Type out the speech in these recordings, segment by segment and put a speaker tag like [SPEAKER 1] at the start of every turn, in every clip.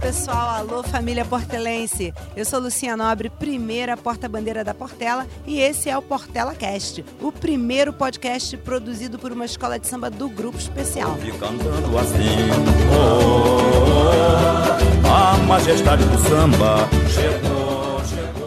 [SPEAKER 1] pessoal, alô família portelense. Eu sou Lucinha Nobre, primeira porta-bandeira da Portela, e esse é o Portela Cast, o primeiro podcast produzido por uma escola de samba do grupo especial.
[SPEAKER 2] E cantando assim, oh, oh, a majestade do samba chegou, chegou.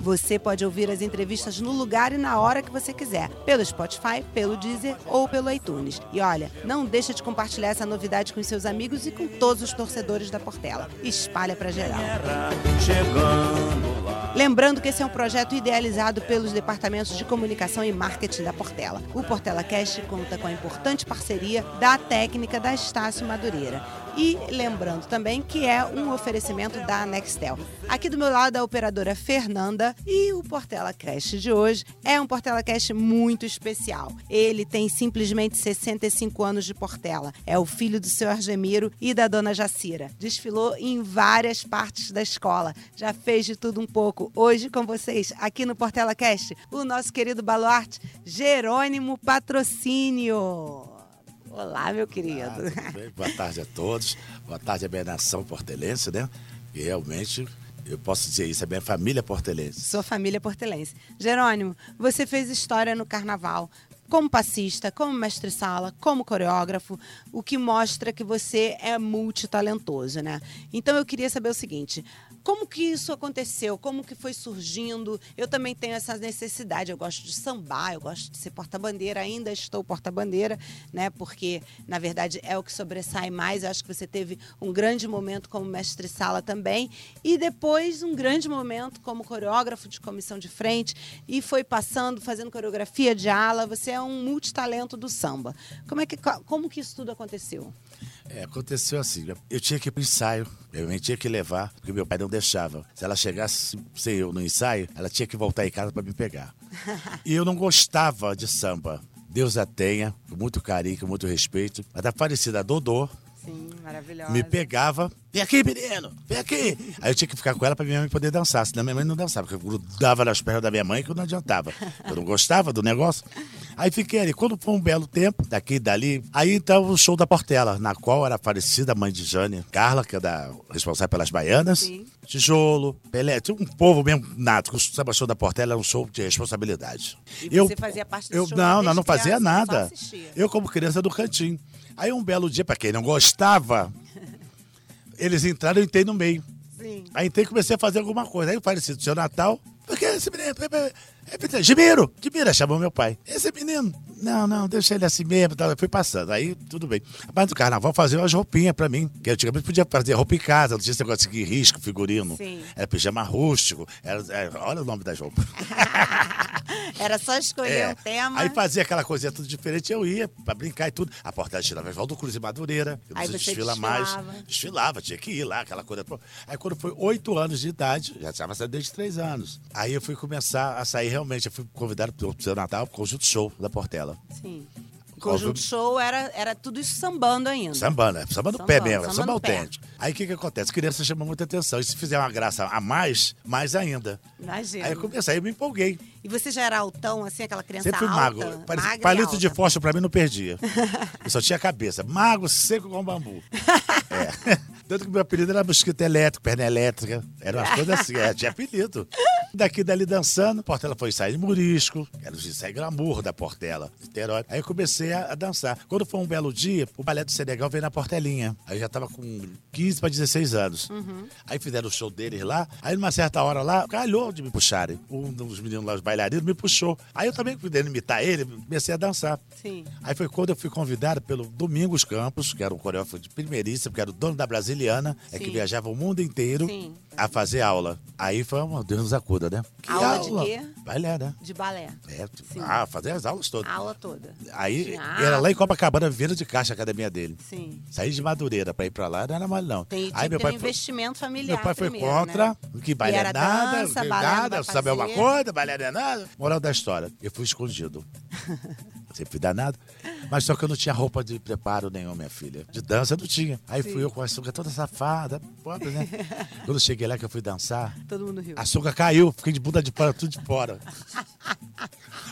[SPEAKER 1] Você pode ouvir as entrevistas no lugar e na hora que você quiser, pelo Spotify, pelo Deezer ou pelo iTunes. E olha, não deixa de compartilhar essa novidade com seus amigos e com todos os torcedores da Portela. Espalha pra geral.
[SPEAKER 2] Era chegando lá.
[SPEAKER 1] Lembrando que esse é um projeto idealizado pelos departamentos de comunicação e marketing da Portela. O Portela Cast conta com a importante parceria da técnica da Estácio Madureira. E lembrando também que é um oferecimento da Nextel. Aqui do meu lado a operadora Fernanda e o Portela Cast de hoje é um Portela Cast muito especial. Ele tem simplesmente 65 anos de Portela. É o filho do seu Argemiro e da dona Jacira. Desfilou em várias partes da escola. Já fez de tudo um pouco. Hoje com vocês, aqui no Portela Cast, o nosso querido baluarte Jerônimo Patrocínio. Olá, meu querido.
[SPEAKER 3] Ah, Tudo bem? Boa tarde a todos. Boa tarde à minha nação portelense, né? E realmente, eu posso dizer isso, a minha família portelense.
[SPEAKER 1] Sua família portelense. Jerônimo, você fez história no carnaval como passista, como mestre sala, como coreógrafo, o que mostra que você é multitalentoso, né? Então eu queria saber o seguinte, como que isso aconteceu? Como que foi surgindo? Eu também tenho essa necessidade, eu gosto de sambar, eu gosto de ser porta-bandeira, ainda estou porta-bandeira, né? Porque na verdade é o que sobressai mais. Eu acho que você teve um grande momento como mestre sala também e depois um grande momento como coreógrafo de comissão de frente e foi passando, fazendo coreografia de ala. Você é um multitalento do samba. Como é que como que isso tudo aconteceu?
[SPEAKER 3] É, aconteceu assim, né? eu tinha que ir pro ensaio, minha mãe tinha que levar, porque meu pai não deixava. Se ela chegasse sem eu no ensaio, ela tinha que voltar em casa para me pegar. e eu não gostava de samba. Deus a tenha, com muito carinho, com muito respeito. Mas a falecida Dodô
[SPEAKER 1] Sim, maravilhosa.
[SPEAKER 3] me pegava, vem aqui, menino, vem aqui. Aí eu tinha que ficar com ela para minha mãe poder dançar, senão minha mãe não dançava, porque eu grudava nas pernas da minha mãe que eu não adiantava. Eu não gostava do negócio. Aí fiquei ali. Quando foi um belo tempo, daqui e dali, aí então o show da Portela, na qual era a falecida mãe de Jane Carla, que é da responsável pelas baianas.
[SPEAKER 1] Sim.
[SPEAKER 3] Tijolo, Pelé, tinha um povo mesmo nato, que o samba show da Portela era um show de responsabilidade.
[SPEAKER 1] E você fazia parte desse
[SPEAKER 3] eu,
[SPEAKER 1] show
[SPEAKER 3] Não,
[SPEAKER 1] desde
[SPEAKER 3] não, não fazia
[SPEAKER 1] criança, só
[SPEAKER 3] nada.
[SPEAKER 1] assistia.
[SPEAKER 3] Eu, como criança do cantinho. Aí um belo dia, pra quem não gostava, eles entraram e eu entrei no meio.
[SPEAKER 1] Sim.
[SPEAKER 3] Aí entrei e comecei a fazer alguma coisa. Aí eu falei assim, seu Natal, porque esse menino. pe- pe- é, pe- Gimiro, Gimiro, chamou meu pai. Esse menino, não, não, deixa ele assim mesmo. Tal. Eu fui passando, aí tudo bem. Mas no carnaval fazia umas roupinhas pra mim, que antigamente podia fazer roupa em casa, não tinha esse negócio de risco, figurino.
[SPEAKER 1] Sim.
[SPEAKER 3] Era pijama rústico, era- era- olha o nome das roupas.
[SPEAKER 1] Era só escolher
[SPEAKER 3] É.
[SPEAKER 1] um tema.
[SPEAKER 3] Aí fazia aquela coisinha tudo diferente, eu ia pra brincar e tudo. A porta tirava Valdo Cruz e Madureira. Eu não
[SPEAKER 1] Aí
[SPEAKER 3] sei
[SPEAKER 1] você
[SPEAKER 3] desfila mais.
[SPEAKER 1] desfilava.
[SPEAKER 3] Desfilava, tinha que ir lá, aquela coisa. toda. Aí quando foi oito anos de idade, já estava saindo desde três anos. Aí eu fui começar a sair realmente. Eu fui convidado pro seu Natal pro conjunto show da Portela.
[SPEAKER 1] Sim. O conjunto show era, era tudo isso sambando ainda.
[SPEAKER 3] Sambana, samba no
[SPEAKER 1] Samba,
[SPEAKER 3] pé mesmo,
[SPEAKER 1] samba
[SPEAKER 3] samba,
[SPEAKER 1] no
[SPEAKER 3] autêntico. Aí o que, que acontece? Criança chama muita atenção. E se fizer uma graça a mais, mais ainda.
[SPEAKER 1] Imagina.
[SPEAKER 3] Aí é eu comecei, aí eu me empolguei.
[SPEAKER 1] E você já era altão, assim, aquela criança
[SPEAKER 3] Sempre fui
[SPEAKER 1] alta?
[SPEAKER 3] mago. Parecia-
[SPEAKER 1] magra e
[SPEAKER 3] palito
[SPEAKER 1] alta.
[SPEAKER 3] de fósforo pra mim não perdia. Eu só tinha cabeça. Mago seco com bambu. É. Tanto que meu apelido era mosquito elétrico, perna elétrica. Era umas coisas assim, é, tinha apelido. Daqui dali dançando, Portela foi sair de Murisco, era o ensaio glamour da Portela, Niterói. Aí eu comecei a, a dançar. Quando foi um belo dia, o Balé do Senegal veio na Portelinha. Aí eu já tava com 15 para 16 anos. Aí fizeram o show deles lá. Aí numa certa hora lá, calhou de me puxarem. Um dos meninos lá, os bailarinos, me puxou. Aí eu também, querendo imitar ele, comecei a dançar.
[SPEAKER 1] Sim.
[SPEAKER 3] Aí foi quando eu fui convidado pelo Domingos Campos, que era um coreógrafo de primeiríssimo, que era o dono da Brasiliana, é que
[SPEAKER 1] Sim.
[SPEAKER 3] viajava o mundo inteiro
[SPEAKER 1] Sim.
[SPEAKER 3] a fazer aula. Aí foi, meu Deus nos acuda, né? Que
[SPEAKER 1] Aula de quê?
[SPEAKER 3] Balé, né?
[SPEAKER 1] De balé.
[SPEAKER 3] É,
[SPEAKER 1] Sim. Ah.
[SPEAKER 3] ah, fazer as aulas todas.
[SPEAKER 1] A aula toda.
[SPEAKER 3] Aí
[SPEAKER 1] Tinha
[SPEAKER 3] era lá
[SPEAKER 1] arte.
[SPEAKER 3] em Copacabana, Viveiro de Caixa, a academia dele.
[SPEAKER 1] Sim.
[SPEAKER 3] Saí de Madureira pra ir pra lá, não era male não.
[SPEAKER 1] Tem, tinha
[SPEAKER 3] Aí
[SPEAKER 1] que
[SPEAKER 3] meu
[SPEAKER 1] ter
[SPEAKER 3] pai
[SPEAKER 1] um
[SPEAKER 3] foi-
[SPEAKER 1] investimento familiar
[SPEAKER 3] meu pai foi
[SPEAKER 1] primeiro,
[SPEAKER 3] contra,
[SPEAKER 1] né?
[SPEAKER 3] o que
[SPEAKER 1] E
[SPEAKER 3] balé
[SPEAKER 1] era
[SPEAKER 3] nada,
[SPEAKER 1] dança,
[SPEAKER 3] não
[SPEAKER 1] balé não
[SPEAKER 3] nada,
[SPEAKER 1] vai
[SPEAKER 3] sabe alguma
[SPEAKER 1] fazer.
[SPEAKER 3] coisa, balé não é nada. Moral da história, eu fui escondido. Sempre danado. Mas só que eu não tinha roupa de preparo nenhum, minha filha. De dança eu não tinha. Aí fui eu com a açúcar toda safada, pobre, né? Quando eu cheguei lá que eu fui dançar,
[SPEAKER 1] Todo mundo riu.
[SPEAKER 3] a açúcar caiu, fiquei de bunda de pano, tudo de fora.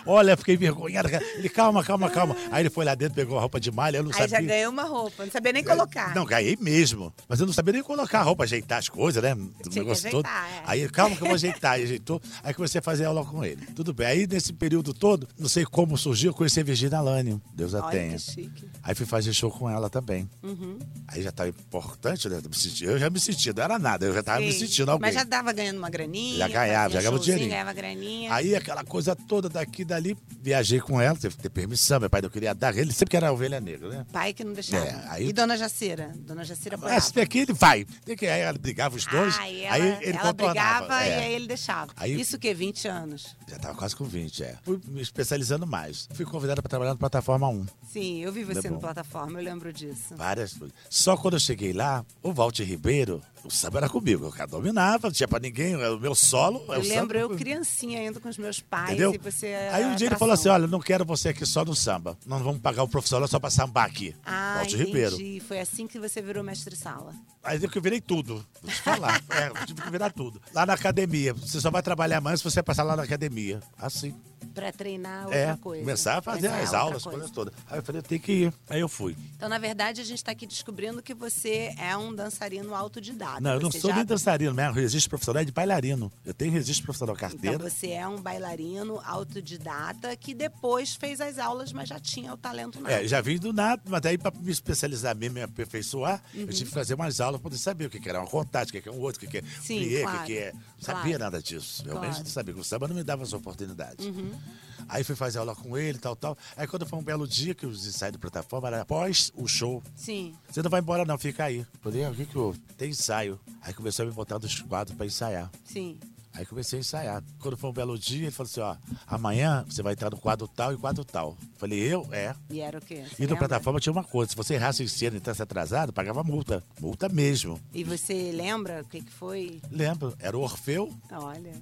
[SPEAKER 3] Olha, fiquei envergonhado. cara. Ele, calma, calma, calma. Aí ele foi lá dentro, pegou a roupa de malha, eu não
[SPEAKER 1] Aí
[SPEAKER 3] sabia.
[SPEAKER 1] já ganhou uma roupa, não sabia nem colocar.
[SPEAKER 3] Não, ganhei mesmo. Mas eu não sabia nem colocar a roupa, ajeitar as coisas, né? O
[SPEAKER 1] que
[SPEAKER 3] negócio todo.
[SPEAKER 1] ajeitar, é.
[SPEAKER 3] Aí, calma que eu vou ajeitar. E ajeitou. Aí comecei a fazer aula com ele. Tudo bem. Aí, nesse período todo, não sei como surgiu, eu conheci a Virginia Alane. Deus a
[SPEAKER 1] Olha
[SPEAKER 3] tenha.
[SPEAKER 1] que chique. Uhum.
[SPEAKER 3] Aí fui fazer show com ela também. Aí já tava importante, né? Eu me senti- Eu já me sentia, não era nada, eu já tava me
[SPEAKER 1] Sim.
[SPEAKER 3] sentindo alguém.
[SPEAKER 1] Mas já dava ganhando uma graninha.
[SPEAKER 3] Já ganhava,
[SPEAKER 1] fazia
[SPEAKER 3] já ganhava um
[SPEAKER 1] showzinho,
[SPEAKER 3] dinheirinho.
[SPEAKER 1] Ganhava graninha.
[SPEAKER 3] Aí aquela coisa toda daqui e dali, viajei com ela, teve que ter permissão, meu pai não queria dar, ele sempre que era ovelha negra, né?
[SPEAKER 1] Pai que não deixava.
[SPEAKER 3] É, aí-
[SPEAKER 1] E Dona Jacira? Dona Jacira apoiava.
[SPEAKER 3] Mas daqui ele vai. Tem que- Aí ela brigava os dois,
[SPEAKER 1] Ah, e ela,
[SPEAKER 3] aí ele
[SPEAKER 1] ela
[SPEAKER 3] contornava.
[SPEAKER 1] brigava
[SPEAKER 3] é.
[SPEAKER 1] e aí ele deixava.
[SPEAKER 3] Aí-
[SPEAKER 1] Isso que 20 anos.
[SPEAKER 3] Já tava quase com 20, é. Fui me especializando mais. Fui convidado para trabalhar na plataforma 1.
[SPEAKER 1] Sim, eu vi
[SPEAKER 3] Não é
[SPEAKER 1] você no
[SPEAKER 3] bom.
[SPEAKER 1] plataforma, eu lembro disso.
[SPEAKER 3] Várias coisas. Só quando eu cheguei lá, o Walter Ribeiro, o samba era comigo. Eu dominava, não tinha pra ninguém, era o meu solo. é o
[SPEAKER 1] Eu lembro
[SPEAKER 3] samba.
[SPEAKER 1] eu criancinha indo com os meus pais
[SPEAKER 3] Entendeu?
[SPEAKER 1] e você é
[SPEAKER 3] Aí um dia ele
[SPEAKER 1] atração.
[SPEAKER 3] falou assim: olha, não quero você aqui só no samba. Não vamos pagar o profissional é só pra sambar aqui.
[SPEAKER 1] Ah,
[SPEAKER 3] Walter
[SPEAKER 1] entendi.
[SPEAKER 3] Ribeiro.
[SPEAKER 1] Foi assim que você virou mestre sala.
[SPEAKER 3] Aí eu que virei tudo. Vou te falar. é, eu tive que virar tudo. Lá na academia. Você só vai trabalhar amanhã se você passar lá na academia. Assim.
[SPEAKER 1] Pra treinar outra
[SPEAKER 3] é.
[SPEAKER 1] coisa.
[SPEAKER 3] Começar a fazer
[SPEAKER 1] Treinar
[SPEAKER 3] as
[SPEAKER 1] outra
[SPEAKER 3] aulas,
[SPEAKER 1] coisa.
[SPEAKER 3] coisas todas. Aí eu falei, eu tenho que ir. Aí eu fui.
[SPEAKER 1] Então, na verdade, a gente tá aqui descobrindo que você é um dançarino autodidata.
[SPEAKER 3] Não, eu não
[SPEAKER 1] Você
[SPEAKER 3] sou
[SPEAKER 1] já-
[SPEAKER 3] nem dançarino, né? O registro profissional é de bailarino. Eu tenho registro profissional
[SPEAKER 1] Então,
[SPEAKER 3] carteira.
[SPEAKER 1] você é um bailarino autodidata que depois fez as aulas, mas já tinha o talento nato.
[SPEAKER 3] É, já vim do nada, mas daí para me especializar mesmo, me aperfeiçoar,
[SPEAKER 1] Uhum.
[SPEAKER 3] eu tive que fazer umas aulas para poder saber o que que era uma contagem, o que que é um outro, o que que é
[SPEAKER 1] Sim,
[SPEAKER 3] plié, o
[SPEAKER 1] claro,
[SPEAKER 3] que que é. Não sabia
[SPEAKER 1] claro.
[SPEAKER 3] nada disso. Realmente
[SPEAKER 1] Claro. Uhum.
[SPEAKER 3] não sabia. que O samba não me dava essa oportunidade. Aí fui fazer aula com ele, tal, tal. Aí quando foi um belo dia que os ensaios de plataforma era após o show.
[SPEAKER 1] Sim.
[SPEAKER 3] Você não vai embora, não, fica aí. Falei, ah, o que que houve? Tem ensaio. Aí começou a me botar nos quadros para ensaiar.
[SPEAKER 1] Sim.
[SPEAKER 3] Aí comecei a ensaiar. Quando foi um belo dia, ele falou assim: ó, amanhã você vai entrar no quadro tal e quadro tal. Falei, eu? É.
[SPEAKER 1] E era o quê? Você
[SPEAKER 3] E na
[SPEAKER 1] lembra?
[SPEAKER 3] plataforma tinha uma coisa: se você errasse em cena e entrasse atrasado, pagava multa. Multa mesmo.
[SPEAKER 1] E você lembra o que, que foi?
[SPEAKER 3] Lembro, era o Orfeu,
[SPEAKER 1] Olha.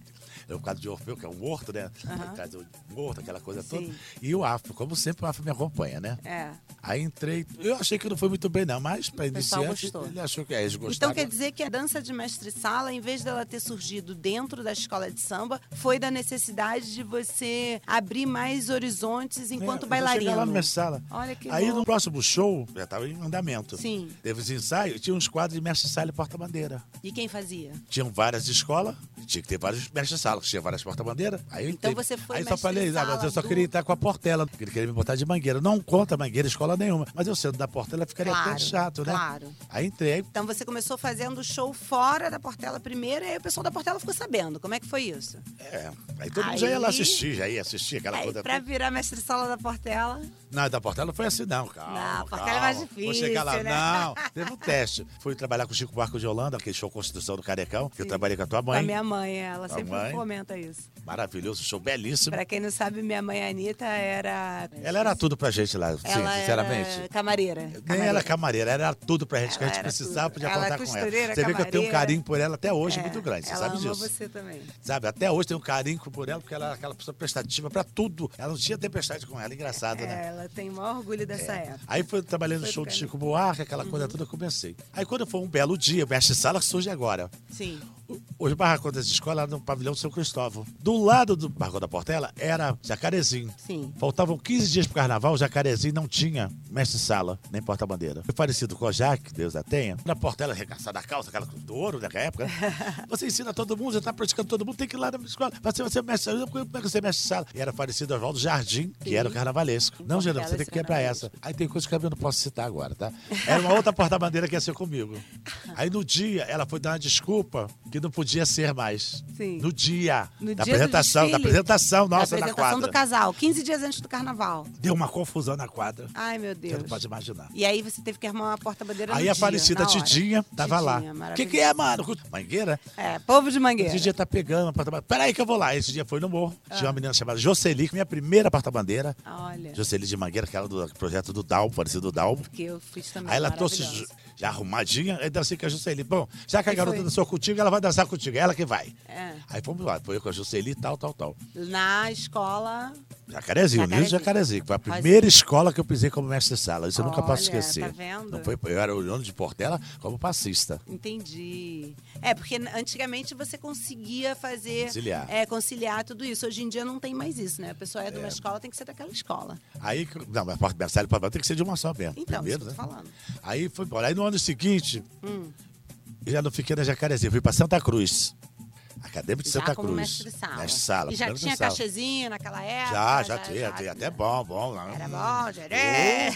[SPEAKER 3] era o quadro de Orfeu, que é um morto, né?
[SPEAKER 1] Aham.
[SPEAKER 3] Traz o um morto, aquela coisa
[SPEAKER 1] Sim.
[SPEAKER 3] toda. E o Afro, como sempre, o Afro me acompanha, né?
[SPEAKER 1] É.
[SPEAKER 3] Aí entrei, eu achei que não foi muito bem, não, mas pra
[SPEAKER 1] pessoal
[SPEAKER 3] iniciante,
[SPEAKER 1] gostou.
[SPEAKER 3] ele achou que é, eles
[SPEAKER 1] Então
[SPEAKER 3] gostaram.
[SPEAKER 1] quer dizer que a dança de mestre sala, em vez dela ter surgido dentro da escola de samba, foi da necessidade de você abrir mais horizontes enquanto
[SPEAKER 3] É, eu vou
[SPEAKER 1] bailarino.
[SPEAKER 3] chegar lá na minha sala.
[SPEAKER 1] Olha que
[SPEAKER 3] Aí
[SPEAKER 1] bom.
[SPEAKER 3] no próximo show, já estava em andamento.
[SPEAKER 1] Sim.
[SPEAKER 3] Teve os ensaios, tinha uns quadros de mestre-sala e porta-bandeira.
[SPEAKER 1] E quem fazia?
[SPEAKER 3] Tinham várias escolas, tinha que ter vários mestres-salas, tinha várias porta-bandeiras. Aí
[SPEAKER 1] Então
[SPEAKER 3] teve-
[SPEAKER 1] você foi
[SPEAKER 3] Aí só falei, ah, mas eu só
[SPEAKER 1] mestre-sala
[SPEAKER 3] queria
[SPEAKER 1] do-
[SPEAKER 3] entrar com a Portela, porque ele queria me botar de mangueira. Não conta mangueira, escola nenhuma. Mas eu sendo da Portela ficaria
[SPEAKER 1] Claro,
[SPEAKER 3] até chato, né?
[SPEAKER 1] claro.
[SPEAKER 3] Aí entrei, aí
[SPEAKER 1] Então você começou fazendo show fora da Portela primeiro, e aí o pessoal da Portela ficou sabendo. Como é que foi isso?
[SPEAKER 3] É, aí todo mundo já ia lá
[SPEAKER 1] Aí-
[SPEAKER 3] assistir, já ia assistir aquela
[SPEAKER 1] Aí
[SPEAKER 3] coisa.
[SPEAKER 1] pra virar mestre sala da Portela,
[SPEAKER 3] Não, da Portela não foi assim, não, calma.
[SPEAKER 1] Não,
[SPEAKER 3] calma.
[SPEAKER 1] Portela é mais
[SPEAKER 3] Vou
[SPEAKER 1] difícil,
[SPEAKER 3] chegar lá,
[SPEAKER 1] né?
[SPEAKER 3] não. Teve um teste. Fui trabalhar com o Chico Marco de Holanda, aquele show Constituição do Carecão, que eu trabalhei com a tua
[SPEAKER 1] com a
[SPEAKER 3] mãe.
[SPEAKER 1] minha mãe, ela
[SPEAKER 3] Tua
[SPEAKER 1] sempre
[SPEAKER 3] mãe?
[SPEAKER 1] comenta isso.
[SPEAKER 3] Maravilhoso, show belíssimo.
[SPEAKER 1] Pra quem não sabe, minha mãe Anitta era.
[SPEAKER 3] Ela era tudo pra gente lá, sim,
[SPEAKER 1] Ela
[SPEAKER 3] sinceramente.
[SPEAKER 1] Era camareira.
[SPEAKER 3] Nem
[SPEAKER 1] camareira.
[SPEAKER 3] ela é camareira, era tudo pra gente que a
[SPEAKER 1] Ela
[SPEAKER 3] gente
[SPEAKER 1] era
[SPEAKER 3] precisava,
[SPEAKER 1] tudo.
[SPEAKER 3] podia
[SPEAKER 1] Ela
[SPEAKER 3] contar com ela. Você
[SPEAKER 1] costureira,
[SPEAKER 3] vê que eu tenho um
[SPEAKER 1] camareira.
[SPEAKER 3] carinho por ela até hoje muito
[SPEAKER 1] É,
[SPEAKER 3] grande, você
[SPEAKER 1] ela
[SPEAKER 3] sabe
[SPEAKER 1] ama
[SPEAKER 3] disso.
[SPEAKER 1] você também.
[SPEAKER 3] Sabe, até hoje tenho um carinho por ela, porque ela era aquela pessoa prestativa pra tudo. Ela não tinha tempestade com ela, engraçado, né? É.
[SPEAKER 1] É, ela tem o maior orgulho dessa época.
[SPEAKER 3] Aí foi trabalhando no
[SPEAKER 1] Foi
[SPEAKER 3] show do
[SPEAKER 1] ficando. Uhum.
[SPEAKER 3] Chico Buarque, aquela coisa toda, eu comecei. Aí quando foi um belo dia, o mestre sala surge agora.
[SPEAKER 1] Sim.
[SPEAKER 3] O- Os barracões dessa escola eram no pavilhão São Cristóvão. Do lado do Barracão da Portela era Jacarezinho.
[SPEAKER 1] Sim.
[SPEAKER 3] Faltavam 15 dias pro carnaval, o Jacarezinho não tinha mestre sala, nem porta-bandeira. Foi parecido com o Jaque, Deus a tenha. Na Portela, arregaçada a calça, aquela coisa do ouro naquela época. né? você ensina todo mundo, você tá praticando todo mundo, tem que ir lá na escola. Mas se você é mestre sala, como é que você é mestre sala? E era parecido ao Oswaldo Jardim, que era o carnavalesco. Não, Geraldo, você tem que quebrar essa. Aí tem coisa que eu não posso citar agora, tá? Era uma outra porta-bandeira que ia ser comigo. Aí no dia, ela foi dar uma desculpa que não podia ser mais.
[SPEAKER 1] Sim.
[SPEAKER 3] No dia.
[SPEAKER 1] No
[SPEAKER 3] da
[SPEAKER 1] dia do
[SPEAKER 3] apresentação, da
[SPEAKER 1] desfile?
[SPEAKER 3] apresentação, nossa,
[SPEAKER 1] a
[SPEAKER 3] na
[SPEAKER 1] apresentação
[SPEAKER 3] quadra.
[SPEAKER 1] do casal, 15 dias antes do carnaval.
[SPEAKER 3] Deu uma confusão na quadra.
[SPEAKER 1] Ai, meu
[SPEAKER 3] Você
[SPEAKER 1] Ah, Deus.
[SPEAKER 3] não pode imaginar.
[SPEAKER 1] E aí você teve que arrumar uma porta-bandeira no
[SPEAKER 3] Aí
[SPEAKER 1] dia,
[SPEAKER 3] a falecida
[SPEAKER 1] na hora.
[SPEAKER 3] Tidinha tava
[SPEAKER 1] Tidinha,
[SPEAKER 3] lá. O que,
[SPEAKER 1] maravilhosa.
[SPEAKER 3] que é, mano? Mangueira?
[SPEAKER 1] É, Ah. povo de mangueira.
[SPEAKER 3] Esse dia tá pegando a porta-bandeira. Peraí que eu vou lá. Esse dia foi no morro. Tinha uma menina chamada Jocely, que minha é primeira porta-bandeira.
[SPEAKER 1] Olha.
[SPEAKER 3] Jocely de Mangueira, que era do projeto do Dalbo, parecido do Dalbo.
[SPEAKER 1] Que eu fiz também.
[SPEAKER 3] Aí ela trouxe
[SPEAKER 1] maravilhosa.
[SPEAKER 3] ju- já arrumadinha, aí dancei com a Juscelino. Bom, já que a
[SPEAKER 1] E
[SPEAKER 3] garota
[SPEAKER 1] foi.
[SPEAKER 3] dançou contigo, ela vai dançar contigo, é ela que vai.
[SPEAKER 1] É.
[SPEAKER 3] Aí fomos lá, foi eu com a Juscelino e tal, tal, tal.
[SPEAKER 1] Na escola.
[SPEAKER 3] Jacarezinho, Nilson
[SPEAKER 1] Jacarezinho.
[SPEAKER 3] Jacarezinho, que foi a
[SPEAKER 1] Rosinha.
[SPEAKER 3] primeira escola que eu pisei como mestre de sala. Isso eu nunca posso
[SPEAKER 1] Olha,
[SPEAKER 3] esquecer.
[SPEAKER 1] tá vendo?
[SPEAKER 3] Não foi, eu era o dono de Portela como passista.
[SPEAKER 1] Entendi. É, porque n- antigamente você conseguia fazer.
[SPEAKER 3] Conciliar.
[SPEAKER 1] É, conciliar tudo isso. Hoje em dia não tem mais isso, né? A pessoa é de uma escola, tem que ser daquela escola.
[SPEAKER 3] Aí, que- não, mas porta mestre de sala tem que ser de uma só mesmo.
[SPEAKER 1] Então,
[SPEAKER 3] primeiro,
[SPEAKER 1] isso
[SPEAKER 3] né?
[SPEAKER 1] que eu tô falando.
[SPEAKER 3] Aí foi embora. Aí no ano seguinte,
[SPEAKER 1] Hum.
[SPEAKER 3] eu já não fiquei na Jacarezinho, fui pra Santa Cruz. Acadêmica de
[SPEAKER 1] já
[SPEAKER 3] Santa
[SPEAKER 1] como
[SPEAKER 3] Cruz.
[SPEAKER 1] mestre de sala.
[SPEAKER 3] Mestre de sala.
[SPEAKER 1] E já
[SPEAKER 3] primeiro
[SPEAKER 1] tinha
[SPEAKER 3] de sala.
[SPEAKER 1] cachezinho naquela época?
[SPEAKER 3] Já, já tinha, tinha até bom, bom.
[SPEAKER 1] Era
[SPEAKER 3] Hum.
[SPEAKER 1] bom, gerê.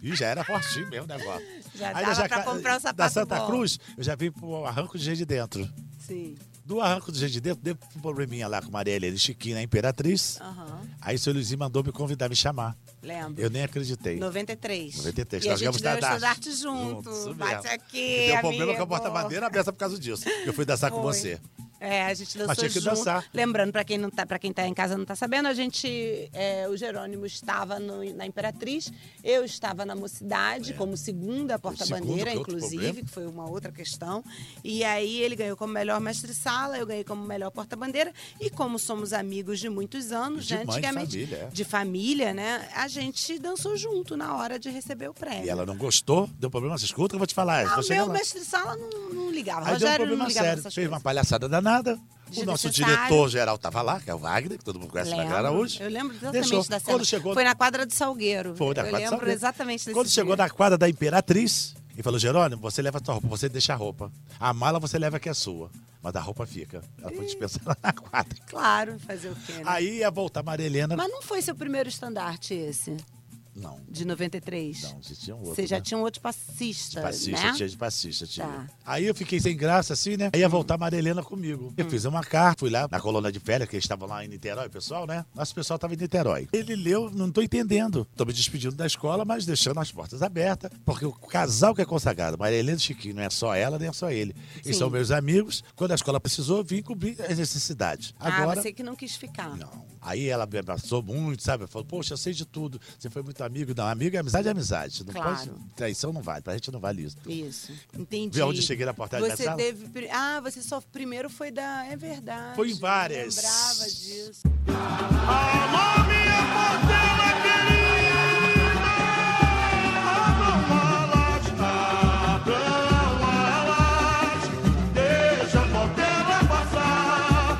[SPEAKER 3] Ih, já era fortinho mesmo o negócio.
[SPEAKER 1] Já
[SPEAKER 3] da
[SPEAKER 1] dava pra
[SPEAKER 3] Jaca-
[SPEAKER 1] comprar um
[SPEAKER 3] Da
[SPEAKER 1] sapato
[SPEAKER 3] Santa
[SPEAKER 1] bom.
[SPEAKER 3] Cruz, eu já vim pro arranco de gente de dentro.
[SPEAKER 1] Sim.
[SPEAKER 3] Do arranco de gente de dentro, deu um probleminha lá com Maria Helena e Chiquinha, a Imperatriz.
[SPEAKER 1] Aham.
[SPEAKER 3] Aí o seu Luizinho mandou me convidar, me chamar.
[SPEAKER 1] Lembro.
[SPEAKER 3] Eu nem acreditei.
[SPEAKER 1] 93.
[SPEAKER 3] 93,
[SPEAKER 1] E
[SPEAKER 3] nós
[SPEAKER 1] a gente
[SPEAKER 3] ganhamos da
[SPEAKER 1] deu
[SPEAKER 3] DART.
[SPEAKER 1] estudar arte junto.
[SPEAKER 3] Juntos, isso
[SPEAKER 1] Bate
[SPEAKER 3] mesmo.
[SPEAKER 1] aqui,
[SPEAKER 3] deu problema
[SPEAKER 1] amigo.
[SPEAKER 3] com a porta-bandeira aberta por causa disso. Eu fui dançar Tá com
[SPEAKER 1] Foi.
[SPEAKER 3] você.
[SPEAKER 1] É, a gente dançou
[SPEAKER 3] Mas tinha que
[SPEAKER 1] junto.
[SPEAKER 3] dançar.
[SPEAKER 1] Lembrando, pra quem, não tá, pra quem tá em casa não tá sabendo, a gente, é, o Jerônimo estava no- na Imperatriz, eu estava na Mocidade, como segunda
[SPEAKER 3] É. segundo,
[SPEAKER 1] porta-bandeira,
[SPEAKER 3] que é outro
[SPEAKER 1] inclusive,
[SPEAKER 3] problema.
[SPEAKER 1] que foi uma outra questão. E aí ele ganhou como melhor mestre-sala, eu ganhei como melhor porta-bandeira. E como somos amigos de muitos anos,
[SPEAKER 3] De
[SPEAKER 1] né,
[SPEAKER 3] mãe, de
[SPEAKER 1] antigamente,
[SPEAKER 3] família, é.
[SPEAKER 1] de família, né, a gente dançou junto na hora de receber o prêmio.
[SPEAKER 3] E ela não gostou, deu problema, você escuta que eu vou te falar.
[SPEAKER 1] É. Ah,
[SPEAKER 3] vou
[SPEAKER 1] o
[SPEAKER 3] chegar
[SPEAKER 1] meu
[SPEAKER 3] lá.
[SPEAKER 1] mestre-sala não, não ligava,
[SPEAKER 3] Aí deu um
[SPEAKER 1] Rogério não
[SPEAKER 3] problema
[SPEAKER 1] ligava
[SPEAKER 3] sério.
[SPEAKER 1] nessas
[SPEAKER 3] Fez uma
[SPEAKER 1] coisas.
[SPEAKER 3] palhaçada danada. O nosso
[SPEAKER 1] Desnecessário.
[SPEAKER 3] diretor-geral estava lá, que é o Wagner, que todo mundo conhece na
[SPEAKER 1] Lembro.
[SPEAKER 3] galera hoje.
[SPEAKER 1] Eu lembro exatamente
[SPEAKER 3] Deixou.
[SPEAKER 1] da cena.
[SPEAKER 3] Quando chegou,
[SPEAKER 1] Foi na quadra do Salgueiro.
[SPEAKER 3] Foi na
[SPEAKER 1] Eu
[SPEAKER 3] quadra
[SPEAKER 1] lembro
[SPEAKER 3] Salgueiro.
[SPEAKER 1] exatamente desse
[SPEAKER 3] Quando chegou
[SPEAKER 1] dia.
[SPEAKER 3] na quadra da Imperatriz, ele falou, Jerônimo, você leva a sua roupa, você deixa a roupa. A mala você leva que é sua, mas a roupa fica. Ela foi dispensada na quadra.
[SPEAKER 1] Claro, fazer o quê, né?
[SPEAKER 3] Aí ia voltar a Maria Helena.
[SPEAKER 1] Mas não foi seu primeiro estandarte esse,
[SPEAKER 3] Não,
[SPEAKER 1] de 93?
[SPEAKER 3] não, você tinha um outro.
[SPEAKER 1] Você já
[SPEAKER 3] né?
[SPEAKER 1] tinha um outro passista,
[SPEAKER 3] De passista,
[SPEAKER 1] né?
[SPEAKER 3] tinha de passista, tinha.
[SPEAKER 1] Tá.
[SPEAKER 3] Aí eu fiquei sem graça, assim, né? Aí ia voltar a Maria Helena comigo.
[SPEAKER 1] Hum.
[SPEAKER 3] Eu fiz uma carta, fui lá na coluna de férias, que eles estavam lá em Niterói, o pessoal, né? Nosso pessoal estava em Niterói. Ele leu, não tô entendendo. Tô me despedindo da escola, mas deixando as portas abertas, porque o casal que é consagrado, Maria Helena e Chiquinho, não é só ela, nem é só ele. E
[SPEAKER 1] Sim.
[SPEAKER 3] são meus amigos. Quando a escola precisou, eu vim cobrir as necessidades. Agora,
[SPEAKER 1] Ah, você que não quis ficar.
[SPEAKER 3] não. Aí ela me abraçou muito, sabe? Falou, poxa, eu sei de tudo. Você foi muito amigo. Não, amigo é amizade, é amizade. Não
[SPEAKER 1] Claro.
[SPEAKER 3] pode- traição não vale. Pra gente não vale isso.
[SPEAKER 1] Isso, entendi.
[SPEAKER 3] Vê onde eu cheguei na portagem da
[SPEAKER 1] Você
[SPEAKER 3] sala?
[SPEAKER 1] teve... pri- Ah, você só... Primeiro foi da... É verdade.
[SPEAKER 3] Foi em várias.
[SPEAKER 1] Eu lembrava disso.
[SPEAKER 2] Deixa a portela passar,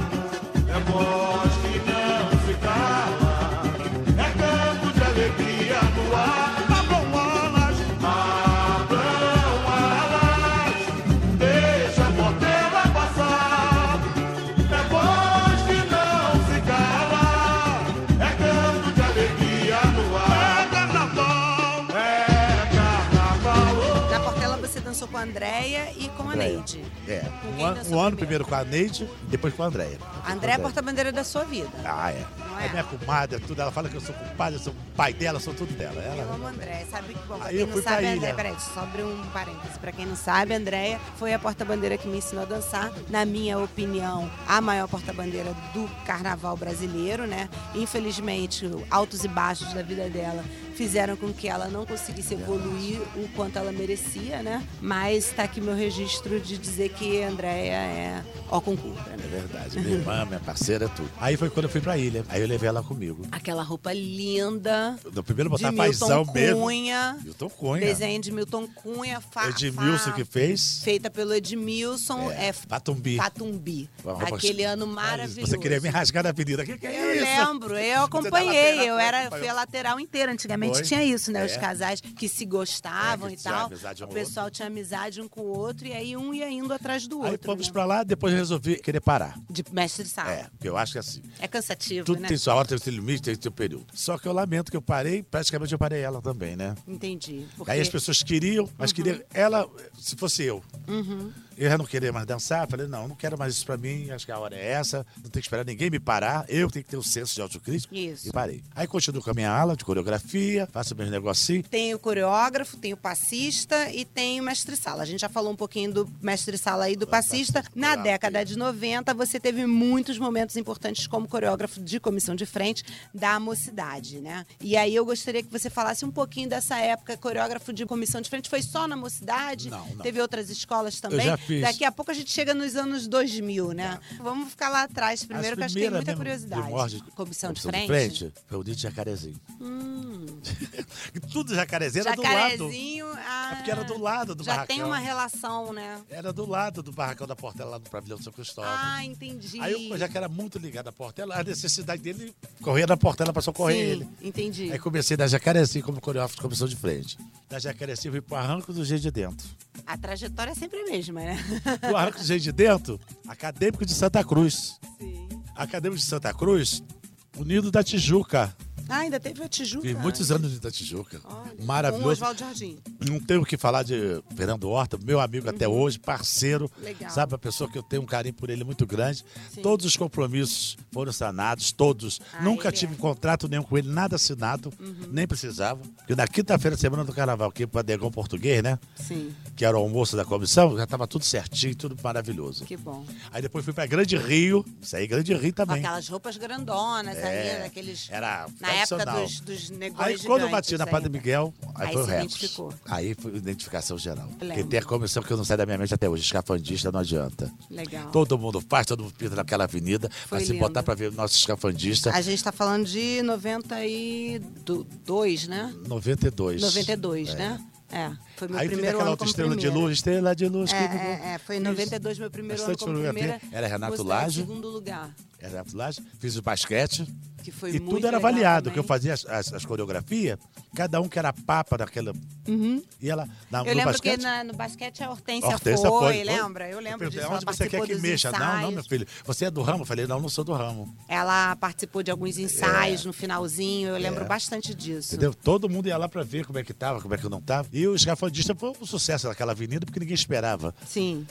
[SPEAKER 2] é voz que não se cala, é canto de alegria no ar. Abram alas, abram alas, deixa a portela passar, é voz que não se cala, é canto de alegria no ar. É carnaval, é carnaval.
[SPEAKER 1] Na Portela você dançou com a Andréia e com a Neide.
[SPEAKER 3] É.
[SPEAKER 1] Com
[SPEAKER 3] Um,
[SPEAKER 1] quem
[SPEAKER 3] ano-
[SPEAKER 1] dançou
[SPEAKER 3] um ano primeiro com a Neide, depois com a Andréia.
[SPEAKER 1] A Andréia é a porta-bandeira da sua vida.
[SPEAKER 3] Ah, é.
[SPEAKER 1] Não
[SPEAKER 3] é.
[SPEAKER 1] é?
[SPEAKER 3] minha comadre, é tudo. Ela fala que eu sou compadre, eu sou um pai dela, eu sou tudo dela.
[SPEAKER 1] Eu
[SPEAKER 3] Ela... é
[SPEAKER 1] amo a Andréia, sabe que bom, pra
[SPEAKER 3] Aí
[SPEAKER 1] quem
[SPEAKER 3] eu
[SPEAKER 1] não
[SPEAKER 3] fui pra
[SPEAKER 1] sabe, a
[SPEAKER 3] ilha.
[SPEAKER 1] Andréia, peraí, deixa eu só abrir um parênteses. Pra quem não sabe, a Andréia foi a porta-bandeira que me ensinou a dançar, na minha opinião, a maior porta-bandeira do carnaval brasileiro, né? Infelizmente, altos e baixos da vida dela fizeram com que ela não conseguisse evoluir o quanto ela merecia, né? Mas tá aqui meu registro de dizer que a Andréia é ó concurso,
[SPEAKER 3] É
[SPEAKER 1] né?
[SPEAKER 3] verdade. Minha irmã, minha parceira, é tudo. Aí foi quando eu fui pra ilha. Aí eu levei ela comigo.
[SPEAKER 1] Aquela roupa linda
[SPEAKER 3] No primeiro
[SPEAKER 1] de
[SPEAKER 3] botar paizão
[SPEAKER 1] Milton
[SPEAKER 3] mesmo.
[SPEAKER 1] Cunha.
[SPEAKER 3] Milton Cunha.
[SPEAKER 1] Desenho de Milton Cunha, fa
[SPEAKER 3] Edmilson
[SPEAKER 1] fa-
[SPEAKER 3] que fez.
[SPEAKER 1] feita pelo Edmilson é,
[SPEAKER 3] Patumbi.
[SPEAKER 1] Patumbi.
[SPEAKER 3] Uma roupa
[SPEAKER 1] Aquele
[SPEAKER 3] chique.
[SPEAKER 1] ano maravilhoso.
[SPEAKER 3] Você queria me rasgar na avenida. O que, que é
[SPEAKER 1] Eu
[SPEAKER 3] isso?
[SPEAKER 1] lembro, eu
[SPEAKER 3] Você tava
[SPEAKER 1] acompanhei,
[SPEAKER 3] na
[SPEAKER 1] eu
[SPEAKER 3] lateral,
[SPEAKER 1] era,
[SPEAKER 3] acompanhou.
[SPEAKER 1] fui a lateral inteira. Antigamente
[SPEAKER 3] Foi?
[SPEAKER 1] tinha isso, né? Os
[SPEAKER 3] É.
[SPEAKER 1] casais que se gostavam
[SPEAKER 3] É, que
[SPEAKER 1] e
[SPEAKER 3] tinha
[SPEAKER 1] tal.
[SPEAKER 3] amizade
[SPEAKER 1] o
[SPEAKER 3] um ao outro.
[SPEAKER 1] pessoal tinha amizade um com o outro e aí um ia indo atrás do
[SPEAKER 3] Aí
[SPEAKER 1] outro.
[SPEAKER 3] fomos
[SPEAKER 1] né?
[SPEAKER 3] pra lá, depois eu resolvi querer parar.
[SPEAKER 1] De mestre de sala.
[SPEAKER 3] É,
[SPEAKER 1] É,
[SPEAKER 3] porque eu acho que assim,
[SPEAKER 1] cansativo,
[SPEAKER 3] tudo
[SPEAKER 1] né?
[SPEAKER 3] tem sua hora, tem seu limite, tem seu período. Só que eu lamento que eu parei, praticamente eu parei ela também, né?
[SPEAKER 1] Entendi. Porque Uhum.
[SPEAKER 3] Aí as pessoas queriam, mas queriam ela, se fosse eu. Eu já não queria mais dançar, falei, não, não quero mais isso pra mim, acho que a hora é essa, não tem que esperar ninguém me parar, eu tenho que ter um senso de autocrítico.
[SPEAKER 1] Isso.
[SPEAKER 3] E parei. Aí continuo com a minha aula de coreografia, faço meus negocinhos.
[SPEAKER 1] Tem o coreógrafo, tem o passista e tem o mestre-sala. A gente já falou um pouquinho do mestre-sala e do passista. Na década de 90, você teve muitos momentos importantes como coreógrafo de comissão de frente da mocidade, né? E aí eu gostaria que você falasse um pouquinho dessa época. Coreógrafo de comissão de frente foi só na mocidade?
[SPEAKER 3] Não, não.
[SPEAKER 1] Teve outras escolas também?
[SPEAKER 4] já fiz.
[SPEAKER 1] Daqui a pouco a gente chega nos anos 2000, né? Vamos ficar lá atrás primeiro, que eu acho que tem muita curiosidade. Comissão de frente? Hum.
[SPEAKER 3] Foi o dito jacarezinho. E Tudo jacarezinho era do lado.
[SPEAKER 1] Jacarezinho, ah,
[SPEAKER 3] É porque era do lado do é
[SPEAKER 1] já
[SPEAKER 3] barracão.
[SPEAKER 1] tem uma relação, né?
[SPEAKER 3] Era do lado do barracão da Portela, lá no pavilhão São Cristóvão.
[SPEAKER 1] Ah, entendi.
[SPEAKER 3] Aí o já que era muito ligado à Portela, a necessidade dele corria na Portela pra socorrer
[SPEAKER 1] Sim,
[SPEAKER 3] ele.
[SPEAKER 1] entendi.
[SPEAKER 3] Aí comecei da Jacareci como coreógrafo de comissão de frente. Da Jacareci eu fui pro Arranco do Jeito de Dentro.
[SPEAKER 1] A trajetória é sempre a mesma, né?
[SPEAKER 3] Do Arranco do Jeito de Dentro, acadêmico de Santa Cruz.
[SPEAKER 1] Sim.
[SPEAKER 3] Acadêmico de Santa Cruz, Unido da Tijuca.
[SPEAKER 1] Ah, ainda teve a Tijuca.
[SPEAKER 3] Fiz muitos anos de da Tijuca.
[SPEAKER 1] Olha, Com o
[SPEAKER 3] Maravilhoso.
[SPEAKER 1] Oswaldo Jardim.
[SPEAKER 3] Não tenho o que falar de Fernando Horta, meu amigo até hoje, parceiro.
[SPEAKER 1] Uhum. Legal.
[SPEAKER 3] Sabe, uma pessoa que eu tenho um carinho por ele muito grande.
[SPEAKER 1] Sim.
[SPEAKER 3] Todos os compromissos foram sanados, todos.
[SPEAKER 1] Ah,
[SPEAKER 3] Nunca
[SPEAKER 1] ele
[SPEAKER 3] tive
[SPEAKER 1] é. Uhum.
[SPEAKER 3] contrato nenhum com ele, nada assinado, nem precisava. Porque na quinta-feira, semana do carnaval, que para Degão Português, né?
[SPEAKER 1] Sim,
[SPEAKER 3] Que era o almoço da comissão, já estava tudo certinho, tudo maravilhoso.
[SPEAKER 1] que bom.
[SPEAKER 3] Aí depois fui para Grande Rio, isso aí, Grande Rio
[SPEAKER 1] Com
[SPEAKER 3] também.
[SPEAKER 1] aquelas roupas grandonas
[SPEAKER 3] É,
[SPEAKER 1] ali, aqueles...
[SPEAKER 3] Era
[SPEAKER 1] Na época
[SPEAKER 3] tradicional.
[SPEAKER 1] dos, dos negócios
[SPEAKER 3] Aí quando eu bati
[SPEAKER 1] gigantes
[SPEAKER 3] na Padre
[SPEAKER 1] ainda.
[SPEAKER 3] Miguel, aí,
[SPEAKER 1] Aí
[SPEAKER 3] foi o
[SPEAKER 1] se
[SPEAKER 3] recorde.
[SPEAKER 1] identificou.
[SPEAKER 3] Aí foi identificação geral.
[SPEAKER 1] Lembro.
[SPEAKER 3] Porque tem a comissão que eu não sai da minha mente até hoje, escafandista não adianta.
[SPEAKER 1] Legal.
[SPEAKER 3] Todo mundo faz, todo mundo pinta naquela avenida,
[SPEAKER 1] Foi
[SPEAKER 3] vai se
[SPEAKER 1] lindo.
[SPEAKER 3] botar pra ver o nosso escafandista.
[SPEAKER 1] A gente tá falando de 92, né?
[SPEAKER 3] 92.
[SPEAKER 1] 92, né? É, foi meu
[SPEAKER 3] Aí tem
[SPEAKER 1] primeiro
[SPEAKER 3] aquela
[SPEAKER 1] ano
[SPEAKER 3] outra
[SPEAKER 1] como
[SPEAKER 3] estrela de
[SPEAKER 1] primeira.
[SPEAKER 3] luz, estrela de luz. que-
[SPEAKER 1] É, é, é, foi em 92 meu primeiro ano
[SPEAKER 3] Bastante
[SPEAKER 1] como
[SPEAKER 3] fotografia.
[SPEAKER 1] primeira.
[SPEAKER 3] Era Renato
[SPEAKER 1] mocidade,
[SPEAKER 3] Laje.
[SPEAKER 1] Segundo lugar,
[SPEAKER 3] Era lá, fiz o basquete.
[SPEAKER 1] que foi
[SPEAKER 3] e
[SPEAKER 1] muito
[SPEAKER 3] tudo era
[SPEAKER 1] legal
[SPEAKER 3] avaliado,
[SPEAKER 1] também.
[SPEAKER 3] que eu fazia as, as- as coreografias, cada um que era papa daquela. E ela, na,
[SPEAKER 1] Uhum. Eu
[SPEAKER 3] no
[SPEAKER 1] lembro
[SPEAKER 3] basquete,
[SPEAKER 1] que na- no basquete a Hortência,
[SPEAKER 3] Hortência
[SPEAKER 1] é foi,
[SPEAKER 3] foi, foi.
[SPEAKER 1] lembra? Eu lembro disso.
[SPEAKER 3] perguntei,
[SPEAKER 1] Ela
[SPEAKER 3] Onde você quer
[SPEAKER 1] participou
[SPEAKER 3] que
[SPEAKER 1] dos
[SPEAKER 3] mexa? Não, não,
[SPEAKER 1] ensaios.
[SPEAKER 3] meu filho. Você é do ramo? Eu falei, não, não sou do ramo.
[SPEAKER 1] Ela participou de alguns ensaios no finalzinho, eu lembro bastante disso.
[SPEAKER 3] É. Entendeu? Todo mundo ia lá pra ver como é que tava, como é que não tava. E o escafandista foi um sucesso naquela avenida, porque ninguém esperava.
[SPEAKER 1] Sim.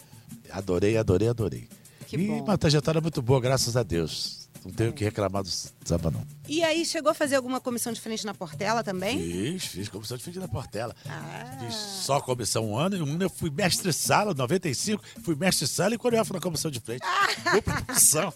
[SPEAKER 3] Adorei, adorei, adorei.
[SPEAKER 1] Que
[SPEAKER 3] e
[SPEAKER 1] bom.
[SPEAKER 3] uma trajetória muito boa, graças a Deus. Não tenho o que reclamar do samba, não.
[SPEAKER 1] E aí, chegou a fazer alguma comissão de frente na Portela também?
[SPEAKER 3] Fiz, fiz comissão de frente da Portela.
[SPEAKER 1] Ah.
[SPEAKER 3] Fiz só comissão um ano e um ano eu fui mestre-sala, 95, fui mestre-sala e coreógrafo na comissão de frente. Dupla função.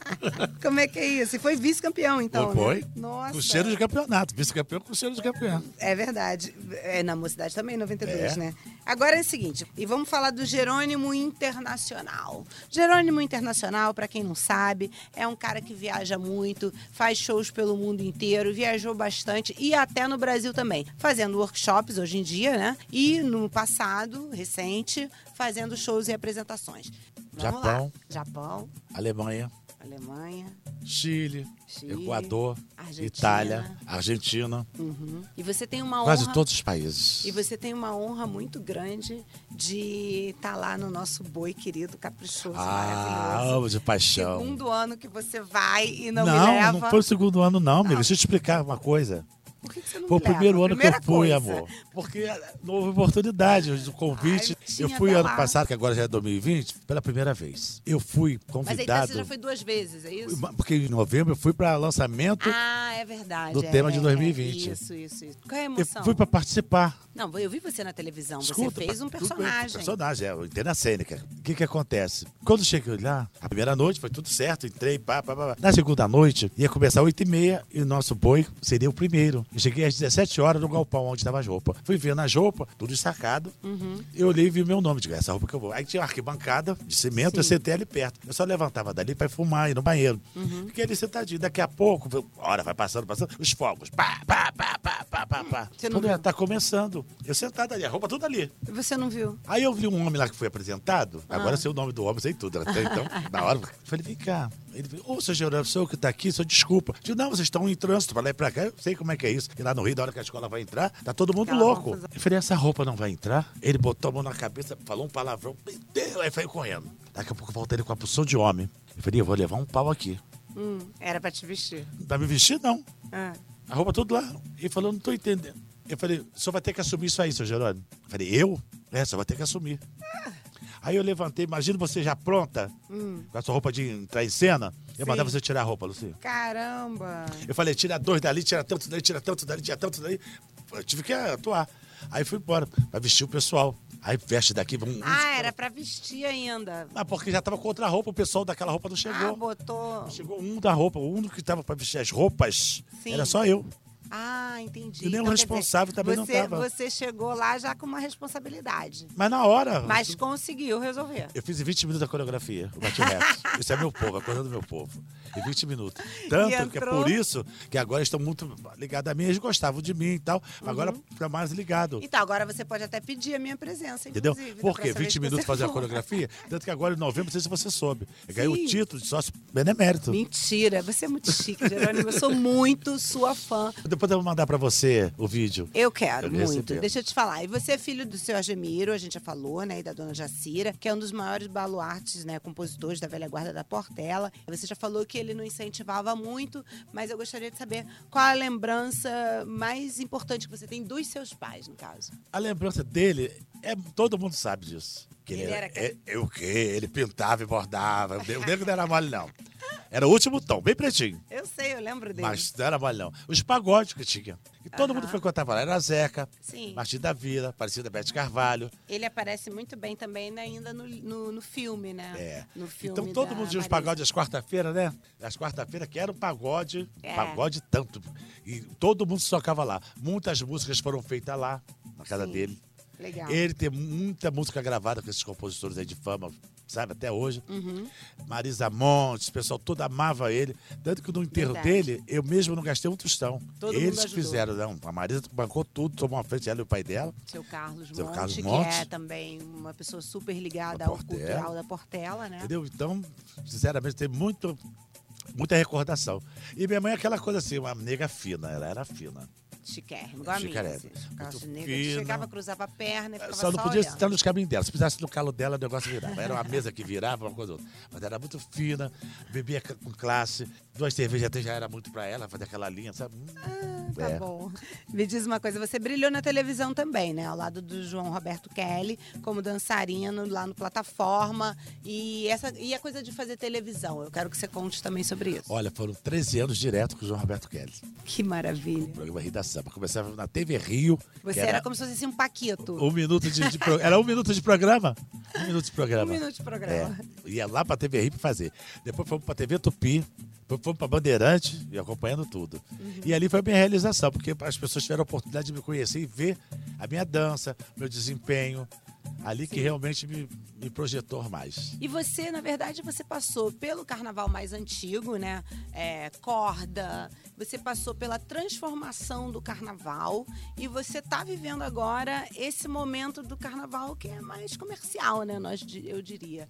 [SPEAKER 1] Como é que é isso? E foi vice-campeão, então.
[SPEAKER 3] foi.
[SPEAKER 1] Né? Nossa.
[SPEAKER 3] Com cheiro de campeonato. Vice-campeão com cheiro de campeão.
[SPEAKER 1] É verdade. É, na mocidade também, 92,
[SPEAKER 3] É.
[SPEAKER 1] né? Agora é o seguinte, e vamos falar do Jerônimo Internacional. Jerônimo Internacional, para quem não sabe, é um cara que viaja muito, faz shows pelo mundo inteiro, viajou bastante e até no Brasil também, fazendo workshops hoje em dia, né? E no passado, recente, fazendo shows e apresentações. Vamos
[SPEAKER 3] Japão.
[SPEAKER 1] Lá. Japão,
[SPEAKER 3] Alemanha,
[SPEAKER 1] Alemanha,
[SPEAKER 3] Chile,
[SPEAKER 1] Chile,
[SPEAKER 3] Equador,
[SPEAKER 1] Argentina.
[SPEAKER 3] Itália, Argentina,
[SPEAKER 1] uhum. E você tem uma
[SPEAKER 3] quase
[SPEAKER 1] honra...
[SPEAKER 3] todos os países.
[SPEAKER 1] E você tem uma honra muito grande de estar lá no nosso boi querido, caprichoso,
[SPEAKER 3] ah,
[SPEAKER 1] é maravilhoso.
[SPEAKER 3] amo de paixão.
[SPEAKER 1] Segundo ano que você vai e não, me
[SPEAKER 3] não,
[SPEAKER 1] leva.
[SPEAKER 3] não foi o segundo ano, não, amigo. Deixa eu te explicar uma coisa.
[SPEAKER 1] Por que, que você não
[SPEAKER 3] Foi o
[SPEAKER 1] me leva?
[SPEAKER 3] primeiro ano
[SPEAKER 1] Primeira
[SPEAKER 3] que eu fui,
[SPEAKER 1] coisa.
[SPEAKER 3] amor. Porque não houve oportunidade, o convite.
[SPEAKER 1] Ai, tinha
[SPEAKER 3] eu fui
[SPEAKER 1] até
[SPEAKER 3] ano
[SPEAKER 1] lá.
[SPEAKER 3] passado, que agora já é 2020, pela primeira vez. Eu fui
[SPEAKER 1] Mas aí então,
[SPEAKER 3] convidado.
[SPEAKER 1] você já foi duas vezes, é isso?
[SPEAKER 3] Porque em novembro eu fui para lançamento,
[SPEAKER 1] Ah, é verdade.
[SPEAKER 3] Do
[SPEAKER 1] é,
[SPEAKER 3] tema
[SPEAKER 1] é,
[SPEAKER 3] de
[SPEAKER 1] é.
[SPEAKER 3] 2020.
[SPEAKER 1] Isso, isso, isso. Qual é a
[SPEAKER 3] eu
[SPEAKER 1] emoção?
[SPEAKER 3] fui para participar.
[SPEAKER 1] Não, eu vi você na televisão.
[SPEAKER 3] Escuta,
[SPEAKER 1] você fez um
[SPEAKER 3] tudo bem,
[SPEAKER 1] personagem.
[SPEAKER 3] personagem, é, eu entrei na cênica. O que que acontece? Quando eu cheguei lá, a primeira noite foi tudo certo, entrei, pá, pá, pá. pá. Na segunda noite, ia começar às 8h30 e o nosso boi seria o primeiro. Eu cheguei às 17 horas no galpão onde estava as roupas. Fui vendo as roupas, tudo estacado.
[SPEAKER 1] Uhum.
[SPEAKER 3] Eu olhei e vi meu nome, digo, essa roupa que eu vou. Aí tinha uma arquibancada de cimento, eu sentei ali perto. Eu só levantava dali para fumar, ir no banheiro.
[SPEAKER 1] Uhum.
[SPEAKER 3] Fiquei ali sentadinho. Daqui a pouco, foi- hora vai passando, passando, os fogos. Pá, pá, pá, pá, pá, pá, pá.
[SPEAKER 1] Você não
[SPEAKER 3] Quando
[SPEAKER 1] viu?
[SPEAKER 3] tá começando. Eu sentado ali, a roupa toda ali.
[SPEAKER 1] Você não viu?
[SPEAKER 3] Aí eu vi um homem lá que foi apresentado, agora
[SPEAKER 1] Ah.
[SPEAKER 3] eu sei o nome do homem, sei tudo. Até então, na hora, eu falei, vem cá. Ele falou, ô, seu Geraldo, sou eu que tá aqui, sou desculpa. Eu digo, não, vocês estão em trânsito pra lá e pra cá, eu sei como é que é isso. E lá no Rio, da hora que a escola vai entrar, tá todo mundo
[SPEAKER 1] Aquela
[SPEAKER 3] louco.
[SPEAKER 1] confusão.
[SPEAKER 3] Eu falei, essa roupa não vai entrar? Ele botou a mão na cabeça, falou um palavrão, meu Deus, aí foi correndo. Daqui a pouco volta ele com a pulsão de homem. Eu falei, eu vou levar um pau aqui.
[SPEAKER 1] Hum, era pra te vestir.
[SPEAKER 3] Não vai me vestir, não.
[SPEAKER 1] Ah.
[SPEAKER 3] A roupa tudo lá. Ele falou, não tô entendendo.
[SPEAKER 1] Ah.
[SPEAKER 3] Eu falei, o senhor vai ter que assumir isso aí, seu Jerônimo. Eu falei, eu? É, o senhor vai ter que assumir. Aí eu levantei, imagina você já pronta, com a sua roupa de entrar em cena. Eu
[SPEAKER 1] Hum. Sim.
[SPEAKER 3] mandava você tirar a roupa, Luci.
[SPEAKER 1] Caramba!
[SPEAKER 3] Eu falei, tira dois dali, tira tanto dali, tira tanto dali, tira tanto dali. Eu tive que atuar. Aí fui embora, pra vestir o pessoal. Aí veste daqui, vamos.
[SPEAKER 1] Ah, era pra vestir ainda.
[SPEAKER 3] Ah, porque já tava com outra roupa, o pessoal daquela roupa não
[SPEAKER 1] Ah,
[SPEAKER 3] chegou.
[SPEAKER 1] botou.
[SPEAKER 3] chegou um da roupa, o único que tava pra vestir as roupas
[SPEAKER 1] Sim.
[SPEAKER 3] era só eu.
[SPEAKER 1] Ah, entendi.
[SPEAKER 3] E nem o
[SPEAKER 1] quer dizer,
[SPEAKER 3] responsável também não
[SPEAKER 1] você-
[SPEAKER 3] tava.
[SPEAKER 1] Você chegou lá já com uma responsabilidade.
[SPEAKER 3] Mas na hora.
[SPEAKER 1] Mas conseguiu resolver.
[SPEAKER 3] Eu fiz em 20 minutos a coreografia, o bate reto. Isso é meu povo, é coisa do meu povo. Em 20 minutos. Tanto que é
[SPEAKER 1] entrou?
[SPEAKER 3] por isso que agora estão muito ligados a mim, eles gostavam de mim e tal. Agora
[SPEAKER 1] Uhum.
[SPEAKER 3] fica mais ligado.
[SPEAKER 1] Então, agora você pode até pedir a minha presença,
[SPEAKER 3] Entendeu?
[SPEAKER 1] inclusive. né, da
[SPEAKER 3] Por quê?
[SPEAKER 1] próxima vez
[SPEAKER 3] 20
[SPEAKER 1] que
[SPEAKER 3] minutos
[SPEAKER 1] você
[SPEAKER 3] fazer a
[SPEAKER 1] for.
[SPEAKER 3] coreografia? Tanto que agora em novembro, não sei se você soube. Eu ganhei
[SPEAKER 1] Sim.
[SPEAKER 3] o título de sócio benemérito.
[SPEAKER 1] Mentira, você é muito chique, Jerônimo. Eu sou muito sua fã.
[SPEAKER 3] Depois eu vou mandar pra você o vídeo.
[SPEAKER 1] Eu quero
[SPEAKER 3] Eu
[SPEAKER 1] muito.
[SPEAKER 3] recebi.
[SPEAKER 1] Deixa eu te falar. E você é filho do seu Agemiro, a gente já falou, né? E da dona Jacira, que é um dos maiores baluartes, né? Compositores da velha guarda da Portela. Você já falou que ele não incentivava muito, mas eu gostaria de saber qual a lembrança mais importante que você tem dos seus pais, no caso.
[SPEAKER 3] A lembrança dele, é, todo mundo sabe disso. Que
[SPEAKER 1] Ele era
[SPEAKER 3] é, é o quê? Ele pintava e bordava. O ne- o negro não era mole, não. Era o último tom, bem pretinho.
[SPEAKER 1] Eu sei, eu lembro dele.
[SPEAKER 3] Mas não era mole, não. Os pagodes que tinha. E todo
[SPEAKER 1] Aham.
[SPEAKER 3] mundo frequentava lá. Era a Zeca,
[SPEAKER 1] Sim.
[SPEAKER 3] Martim da Vila, Parecida Bete Carvalho.
[SPEAKER 1] Ele aparece muito bem também né, ainda no, no, no filme, né?
[SPEAKER 3] É.
[SPEAKER 1] No filme
[SPEAKER 3] então todo
[SPEAKER 1] da
[SPEAKER 3] mundo tinha os
[SPEAKER 1] Marisa.
[SPEAKER 3] pagodes às quarta-feira, né? Às quarta-feira, que era um pagode,
[SPEAKER 1] É.
[SPEAKER 3] pagode tanto. E todo mundo se tocava lá. Muitas músicas foram feitas lá, na casa
[SPEAKER 1] Sim.
[SPEAKER 3] dele.
[SPEAKER 1] Legal.
[SPEAKER 3] Ele tem muita música gravada com esses compositores aí de fama, sabe, até hoje.
[SPEAKER 1] Uhum.
[SPEAKER 3] Marisa Montes, o pessoal todo amava ele. Tanto que no enterro
[SPEAKER 1] Verdade.
[SPEAKER 3] dele, eu mesmo não gastei um tostão.
[SPEAKER 1] Todo mundo
[SPEAKER 3] Eles que
[SPEAKER 1] ajudou.
[SPEAKER 3] fizeram, não. A Marisa bancou tudo, tomou uma frente, ela e o pai dela.
[SPEAKER 1] Seu Carlos
[SPEAKER 3] Seu
[SPEAKER 1] Monte,
[SPEAKER 3] Carlos
[SPEAKER 1] que
[SPEAKER 3] Monte.
[SPEAKER 1] é também uma pessoa super ligada
[SPEAKER 3] Da
[SPEAKER 1] ao
[SPEAKER 3] Portela.
[SPEAKER 1] cultural da Portela, né?
[SPEAKER 3] Entendeu? Então, sinceramente, tem muito, muita recordação. E minha mãe é aquela coisa assim, uma nega fina, ela era fina.
[SPEAKER 1] Chiquérrimo, igual a minha.
[SPEAKER 3] Chiquérrimo.
[SPEAKER 1] assim, calça
[SPEAKER 3] Muito
[SPEAKER 1] negra, que
[SPEAKER 3] fino. É,
[SPEAKER 1] chegava, cruzava a perna e ficava
[SPEAKER 3] Só não podia
[SPEAKER 1] olhando.
[SPEAKER 3] estar nos caminhos dela. Se pisasse no calo dela, o negócio virava. Era uma mesa que virava, uma coisa ou outra. Mas era muito fina, bebia ca- com classe. Duas cervejas até já era muito pra ela, fazer aquela linha, sabe? Hum,
[SPEAKER 1] Tá
[SPEAKER 3] é.
[SPEAKER 1] bom. Me diz uma coisa, você brilhou na televisão também, né? Ao lado do João Roberto Kelly, como dançarino lá no Plataforma. E, essa, e a coisa de fazer televisão, eu quero que você conte também sobre isso.
[SPEAKER 3] Olha, foram 13 anos direto com o João Roberto Kelly.
[SPEAKER 1] Que
[SPEAKER 3] O
[SPEAKER 1] maravilha.
[SPEAKER 3] programa Rio da Samba. Começava na TV Rio.
[SPEAKER 1] Você
[SPEAKER 3] que
[SPEAKER 1] era, como se fosse assim, um paquito.
[SPEAKER 3] um minuto de, de pro- Era um minuto de programa? Um minuto de programa.
[SPEAKER 1] Um minuto de programa.
[SPEAKER 3] É, ia lá pra TV Rio pra fazer. Depois fomos pra TV Tupi, depois fomos pra Bandeirante e acompanhando tudo.
[SPEAKER 1] Uhum.
[SPEAKER 3] E ali foi a minha realização, porque as pessoas tiveram a oportunidade de me conhecer e ver a minha dança, meu desempenho. Ali que realmente me, me projetou mais.
[SPEAKER 1] E você, na verdade, você passou pelo carnaval mais antigo, né? É, corda, você passou pela transformação do carnaval e você tá vivendo agora esse momento do carnaval que é mais comercial, né? Nós, di- eu diria.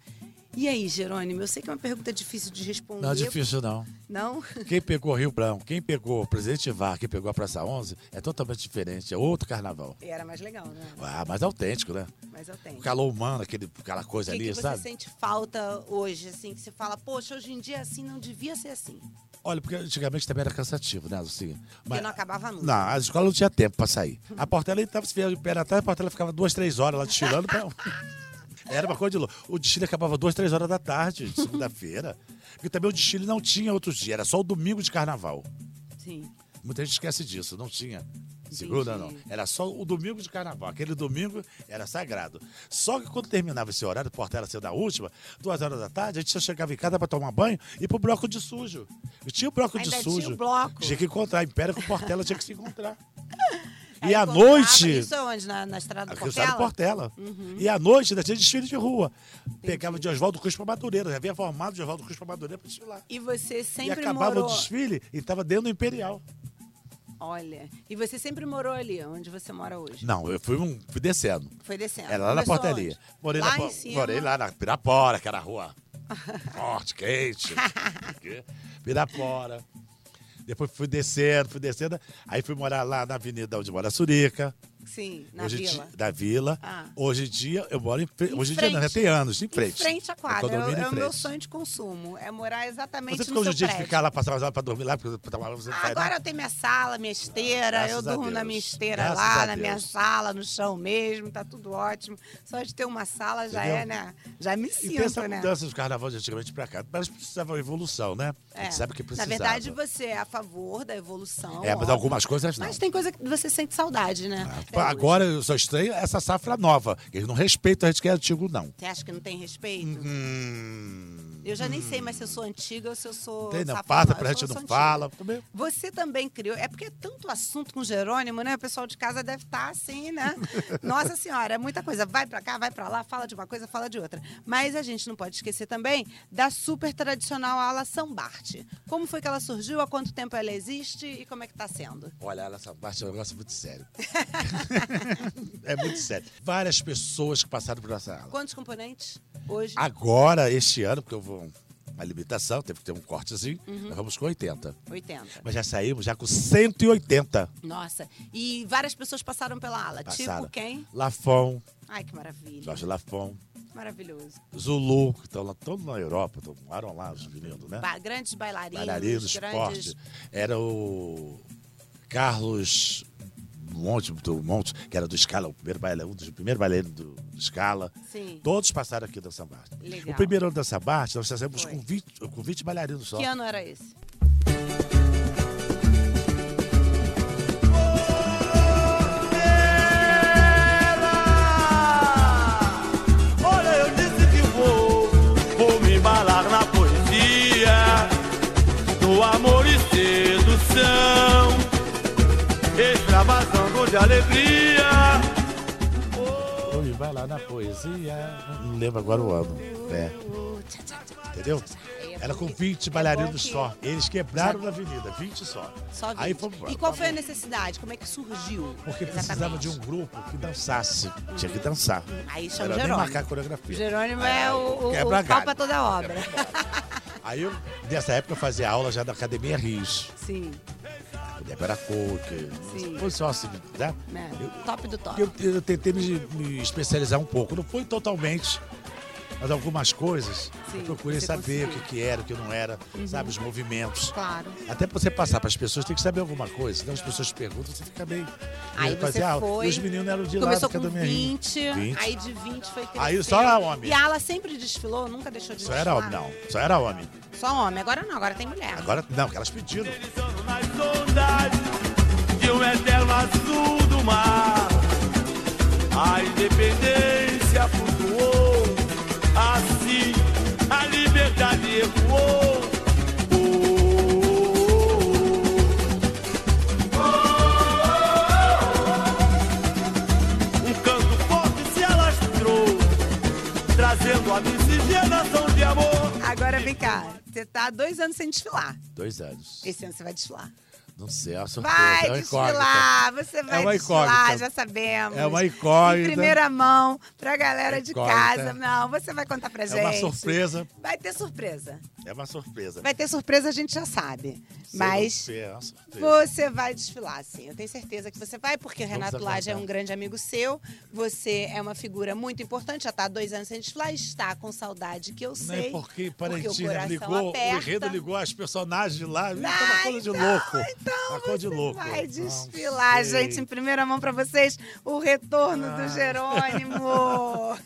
[SPEAKER 1] E aí, Jerônimo, eu sei que é uma pergunta difícil de responder.
[SPEAKER 3] Não é difícil, não.
[SPEAKER 1] Não?
[SPEAKER 3] Quem pegou Rio Branco, quem pegou Presidente Var, quem pegou a Praça 11, é totalmente diferente, é outro carnaval.
[SPEAKER 1] E era mais legal, né?
[SPEAKER 3] Ah, mais autêntico, né?
[SPEAKER 1] Mas eu
[SPEAKER 3] O
[SPEAKER 1] tenho.
[SPEAKER 3] calor humano, aquele, aquela coisa
[SPEAKER 1] O que,
[SPEAKER 3] ali,
[SPEAKER 1] que você
[SPEAKER 3] sabe?
[SPEAKER 1] sente falta hoje, assim? Que você fala, poxa, hoje em dia é assim não devia ser assim.
[SPEAKER 3] Olha, porque antigamente também era cansativo, né? Assim,
[SPEAKER 1] Porque não acabava nunca.
[SPEAKER 3] Não, a escola não tinha tempo pra sair. A Portela entrava, se via o pé atrás, a Portela ficava duas, três horas lá desfilando pra... Era uma coisa de louco. O desfile acabava duas, três horas da tarde, de segunda-feira. Porque também o desfile não tinha outros dias, era só o domingo de carnaval.
[SPEAKER 1] Sim.
[SPEAKER 3] Muita gente esquece disso, não tinha. Segunda não.
[SPEAKER 1] Entendi.
[SPEAKER 3] Era só o domingo de carnaval. Aquele domingo era sagrado. Só que quando terminava esse horário, o portela sendo a última, duas horas da tarde, a gente só chegava em casa para tomar banho e ir pro bloco de sujo. E tinha o bloco
[SPEAKER 1] Ainda
[SPEAKER 3] de
[SPEAKER 1] tinha o
[SPEAKER 3] sujo.
[SPEAKER 1] bloco.
[SPEAKER 3] Tinha que encontrar. Império com o Portela tinha que se encontrar. E
[SPEAKER 1] Aí
[SPEAKER 3] à
[SPEAKER 1] encontrava-
[SPEAKER 3] noite.
[SPEAKER 1] Isso é onde? Na, na estrada do
[SPEAKER 3] Aqui Portela?
[SPEAKER 1] Portela? Uhum.
[SPEAKER 3] Portela. E à noite ainda tinha desfile de rua. Pegava de Oswaldo Cruz para Madureira. Já havia formado de Oswaldo Cruz para Madureira para desfilar.
[SPEAKER 1] E você
[SPEAKER 3] E
[SPEAKER 1] sempre
[SPEAKER 3] acabava
[SPEAKER 1] morou.
[SPEAKER 3] o desfile e estava dentro do Imperial.
[SPEAKER 1] Olha, e você sempre morou ali, onde você mora hoje?
[SPEAKER 3] Não, eu fui, um, fui descendo.
[SPEAKER 1] Foi descendo.
[SPEAKER 3] Era É lá na
[SPEAKER 1] Começou
[SPEAKER 3] portaria.
[SPEAKER 1] onde?
[SPEAKER 3] Morei,
[SPEAKER 1] lá
[SPEAKER 3] na,
[SPEAKER 1] em
[SPEAKER 3] po-
[SPEAKER 1] cima.
[SPEAKER 3] morei lá na Pirapora, que era a rua forte, quente. Que- Pirapora. Depois fui descendo, fui descendo. Aí fui morar lá na avenida onde mora a Surica.
[SPEAKER 1] Sim, na
[SPEAKER 3] hoje em
[SPEAKER 1] vila.
[SPEAKER 3] Dia, da vila.
[SPEAKER 1] Ah.
[SPEAKER 3] Hoje em dia, eu moro em. fre-
[SPEAKER 1] Em
[SPEAKER 3] hoje em dia não, já
[SPEAKER 1] frente.
[SPEAKER 3] tem anos, em frente.
[SPEAKER 1] Em frente à quadra.
[SPEAKER 3] Eu tô
[SPEAKER 1] É,
[SPEAKER 3] dormindo
[SPEAKER 1] o-
[SPEAKER 3] em
[SPEAKER 1] é o meu
[SPEAKER 3] frente.
[SPEAKER 1] sonho de consumo. É morar exatamente
[SPEAKER 3] Você
[SPEAKER 1] no
[SPEAKER 3] ficou
[SPEAKER 1] seu
[SPEAKER 3] hoje em dia de
[SPEAKER 1] prédio.
[SPEAKER 3] ficar lá pra trabalhar, pra dormir lá, porque eu trabalhava, você não
[SPEAKER 1] Ah,
[SPEAKER 3] vai, né?
[SPEAKER 1] Agora eu tenho minha sala, minha esteira,
[SPEAKER 3] Graças
[SPEAKER 1] eu
[SPEAKER 3] a
[SPEAKER 1] durmo
[SPEAKER 3] Deus.
[SPEAKER 1] na minha esteira
[SPEAKER 3] Graças
[SPEAKER 1] lá,
[SPEAKER 3] a
[SPEAKER 1] na
[SPEAKER 3] Deus.
[SPEAKER 1] minha sala, no chão mesmo, tá tudo ótimo. Só de ter uma sala já
[SPEAKER 3] Entendeu?
[SPEAKER 1] é, né? Já me
[SPEAKER 3] E pensa
[SPEAKER 1] sinto,
[SPEAKER 3] a
[SPEAKER 1] né?
[SPEAKER 3] mudança dos carnavais de antigamente pra cá. Mas precisava de evolução, né? A
[SPEAKER 1] É.
[SPEAKER 3] gente sabe que
[SPEAKER 1] Na
[SPEAKER 3] precisava.
[SPEAKER 1] verdade, você é a favor da evolução.
[SPEAKER 3] É, mas
[SPEAKER 1] óbvio.
[SPEAKER 3] algumas coisas não.
[SPEAKER 1] Mas tem coisa que você sente saudade, né?
[SPEAKER 3] Ah,
[SPEAKER 1] Até hoje.
[SPEAKER 3] Agora eu só estranho essa safra nova. Eles não respeitam a gente que é antigo, não.
[SPEAKER 1] Você acha que não tem respeito?
[SPEAKER 3] Uhum. Hum,
[SPEAKER 1] Eu já nem sei mais se eu sou antiga ou se eu sou.
[SPEAKER 3] tem, não.
[SPEAKER 1] safada.
[SPEAKER 3] Passa
[SPEAKER 1] Eu
[SPEAKER 3] pra gente,
[SPEAKER 1] sou
[SPEAKER 3] não
[SPEAKER 1] antiga.
[SPEAKER 3] fala. Também.
[SPEAKER 1] Você também criou. É porque é tanto assunto com Jerônimo, né? O pessoal de casa deve estar assim, né? Nossa Senhora, é muita coisa. Vai pra cá, vai pra lá, fala de uma coisa, fala de outra. Mas a gente não pode esquecer também da super tradicional ala Sambarte. Como foi que ela surgiu, há quanto tempo ela existe e como é que tá sendo?
[SPEAKER 3] Olha, essa parte é um negócio muito sério. é muito sério. Várias pessoas que passaram por essa aula.
[SPEAKER 1] Quantos componentes hoje?
[SPEAKER 3] Ah, Agora, este ano, porque eu vou. Uma limitação, teve que ter um cortezinho,
[SPEAKER 1] Uhum.
[SPEAKER 3] nós vamos com 80.
[SPEAKER 1] 80.
[SPEAKER 3] Mas já saímos já com 180.
[SPEAKER 1] Nossa. E várias pessoas passaram pela ala.
[SPEAKER 3] Passaram.
[SPEAKER 1] Tipo quem?
[SPEAKER 3] Lafon,
[SPEAKER 1] Ai, que maravilha.
[SPEAKER 3] Jorge Lafon,
[SPEAKER 1] Maravilhoso.
[SPEAKER 3] Zulu, que estão lá, todos na Europa, estão- moram lá os meninos, né?
[SPEAKER 1] Ba- grandes bailarinos,
[SPEAKER 3] Bailarinos,
[SPEAKER 1] grandes.
[SPEAKER 3] esporte. Era o Carlos Monte, do Monte, que era do Scala, o primeiro bailarino, um dos primeiros bailarinos do, do Scala.
[SPEAKER 1] Sim.
[SPEAKER 3] Todos passaram aqui da Sambarte.
[SPEAKER 1] Legal.
[SPEAKER 3] O primeiro ano da Sambarte, nós fizemos
[SPEAKER 1] Foi.
[SPEAKER 3] com 20, com 20 bailarinos só.
[SPEAKER 1] Que ano era esse?
[SPEAKER 2] Olha, eu disse que vou, vou me embalar na poesia, no amor e sedução, extravasando de alegria.
[SPEAKER 3] Oi, vai lá na poesia. Não lembro agora o ano. É. Entendeu? Era com 20 bailarinos
[SPEAKER 1] que-
[SPEAKER 3] só. Eles quebraram na avenida, 20 só.
[SPEAKER 1] Só 20.
[SPEAKER 3] Aí fomos embora.
[SPEAKER 1] e qual foi a necessidade? Como é que surgiu?
[SPEAKER 3] Porque precisava de um grupo que dançasse. Tinha que dançar.
[SPEAKER 1] Aí chama
[SPEAKER 3] Era nem
[SPEAKER 1] Jerônimo.
[SPEAKER 3] marcar a coreografia.
[SPEAKER 1] Jerônimo
[SPEAKER 3] Aí,
[SPEAKER 1] é
[SPEAKER 3] aí,
[SPEAKER 1] o, o, o
[SPEAKER 3] quebra
[SPEAKER 1] pau
[SPEAKER 3] galho.
[SPEAKER 1] pra toda a obra.
[SPEAKER 3] Aí eu, nessa época, eu fazia aula já da Academia Rios.
[SPEAKER 1] Sim,
[SPEAKER 3] Débora Cook.
[SPEAKER 1] Sim.
[SPEAKER 3] Foi só assim, né?
[SPEAKER 1] né?
[SPEAKER 3] Eu-
[SPEAKER 1] Top do top.
[SPEAKER 3] Eu, eu tentei me, me especializar um pouco. Não foi totalmente, mas algumas coisas
[SPEAKER 1] Sim,
[SPEAKER 3] eu procurei
[SPEAKER 1] você
[SPEAKER 3] saber
[SPEAKER 1] conseguiu. Uhum.
[SPEAKER 3] o que, que era, o que não era, sabe, os movimentos.
[SPEAKER 1] Claro.
[SPEAKER 3] Até pra você passar para as pessoas, tem que saber alguma coisa. Senão as pessoas perguntam, você fica bem.
[SPEAKER 1] Aí
[SPEAKER 3] Eu
[SPEAKER 1] você
[SPEAKER 3] fazia aula.
[SPEAKER 1] foi.
[SPEAKER 3] ah, E os meninos eram de
[SPEAKER 1] Começou
[SPEAKER 3] lá é do
[SPEAKER 1] com
[SPEAKER 3] Academia Rio.
[SPEAKER 1] 20,
[SPEAKER 3] 20.
[SPEAKER 1] aí de 20 foi crescendo.
[SPEAKER 3] Aí só era homem.
[SPEAKER 1] E a ala sempre desfilou, nunca deixou de
[SPEAKER 3] Só
[SPEAKER 1] desfilar.
[SPEAKER 3] era homem, não. Só era homem.
[SPEAKER 1] Só homem, agora não, agora tem mulher.
[SPEAKER 3] Agora, não, que elas pediram.
[SPEAKER 2] Deslizando nas ondas de um eterno azul do mar. A independência flutuou, assim a liberdade ecoou. Oh, oh, oh. Um canto forte se alastrou, trazendo a miscigenação de amor.
[SPEAKER 1] Agora vem cá, você tá há dois anos sem desfilar.
[SPEAKER 3] Dois anos.
[SPEAKER 1] Esse ano você vai desfilar.
[SPEAKER 3] Não sei, é uma surpresa.
[SPEAKER 1] Vai
[SPEAKER 3] é uma incógnita.
[SPEAKER 1] desfilar, você vai
[SPEAKER 3] uma
[SPEAKER 1] desfilar,
[SPEAKER 3] incógnita.
[SPEAKER 1] já sabemos.
[SPEAKER 3] É uma incógnita.
[SPEAKER 1] Em primeira mão, pra galera de
[SPEAKER 3] Incógnita.
[SPEAKER 1] casa. Não, você vai contar pra gente.
[SPEAKER 3] É uma surpresa.
[SPEAKER 1] Vai ter surpresa.
[SPEAKER 3] É uma surpresa.
[SPEAKER 1] Vai ter surpresa, a gente já sabe.
[SPEAKER 3] Sei
[SPEAKER 1] Mas
[SPEAKER 3] você, é uma surpresa.
[SPEAKER 1] você vai desfilar, sim. Eu tenho certeza que você vai, porque o Renato
[SPEAKER 3] aguardar.
[SPEAKER 1] Lage é um grande amigo seu. Você é uma figura muito importante, já está há dois anos sem desfilar, está com saudade que eu
[SPEAKER 3] Não
[SPEAKER 1] sei.
[SPEAKER 3] é
[SPEAKER 1] porque
[SPEAKER 3] porque
[SPEAKER 1] o
[SPEAKER 3] Parentina
[SPEAKER 1] coração
[SPEAKER 3] ligou, o enredo
[SPEAKER 1] aperta.
[SPEAKER 3] ligou as personagens lá, então,
[SPEAKER 1] Ah,
[SPEAKER 3] uma coisa de
[SPEAKER 1] então,
[SPEAKER 3] louco. É
[SPEAKER 1] Então,
[SPEAKER 3] uma coisa de
[SPEAKER 1] você
[SPEAKER 3] louco.
[SPEAKER 1] Vai
[SPEAKER 3] Não
[SPEAKER 1] desfilar,
[SPEAKER 3] sei.
[SPEAKER 1] gente, em primeira mão pra vocês, o retorno
[SPEAKER 3] Ah.
[SPEAKER 1] do Jerônimo.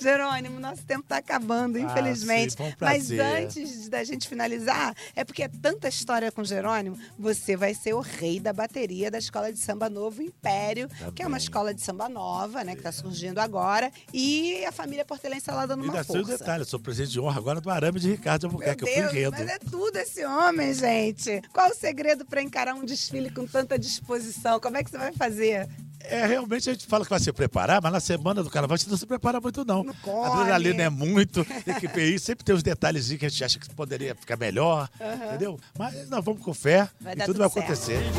[SPEAKER 1] Jerônimo, nosso tempo tá acabando,
[SPEAKER 3] Ah,
[SPEAKER 1] infelizmente.
[SPEAKER 3] sim, foi um
[SPEAKER 1] Mas
[SPEAKER 3] prazer.
[SPEAKER 1] antes da gente finalizar, é porque é tanta história com Jerônimo, você vai ser o rei da bateria da Escola de Samba Novo Império,
[SPEAKER 3] Tá
[SPEAKER 1] que é uma
[SPEAKER 3] bem.
[SPEAKER 1] escola de samba nova, né, que tá surgindo agora, e a família portelense tá lá dando
[SPEAKER 3] E
[SPEAKER 1] uma
[SPEAKER 3] ainda tem um
[SPEAKER 1] força.
[SPEAKER 3] detalhe, eu sou presidente de honra agora do Arame de Ricardo
[SPEAKER 1] Meu
[SPEAKER 3] Albuquerque, eu fui
[SPEAKER 1] Deus,
[SPEAKER 3] enredo.
[SPEAKER 1] mas é tudo esse homem, gente. Qual o segredo para encarar um desfile com tanta disposição? Como é que você vai fazer?
[SPEAKER 3] É, realmente a gente fala que vai se preparar, mas na semana do carnaval a gente não se prepara muito, não.
[SPEAKER 1] Não come.
[SPEAKER 3] a adrenalina é muito, tem que ver isso, sempre tem uns detalhezinhos que a gente acha que poderia ficar melhor, entendeu? Mas nós vamos com fé
[SPEAKER 1] Vai
[SPEAKER 3] e
[SPEAKER 1] dar
[SPEAKER 3] tudo,
[SPEAKER 1] tudo
[SPEAKER 3] vai
[SPEAKER 1] certo.
[SPEAKER 3] acontecer.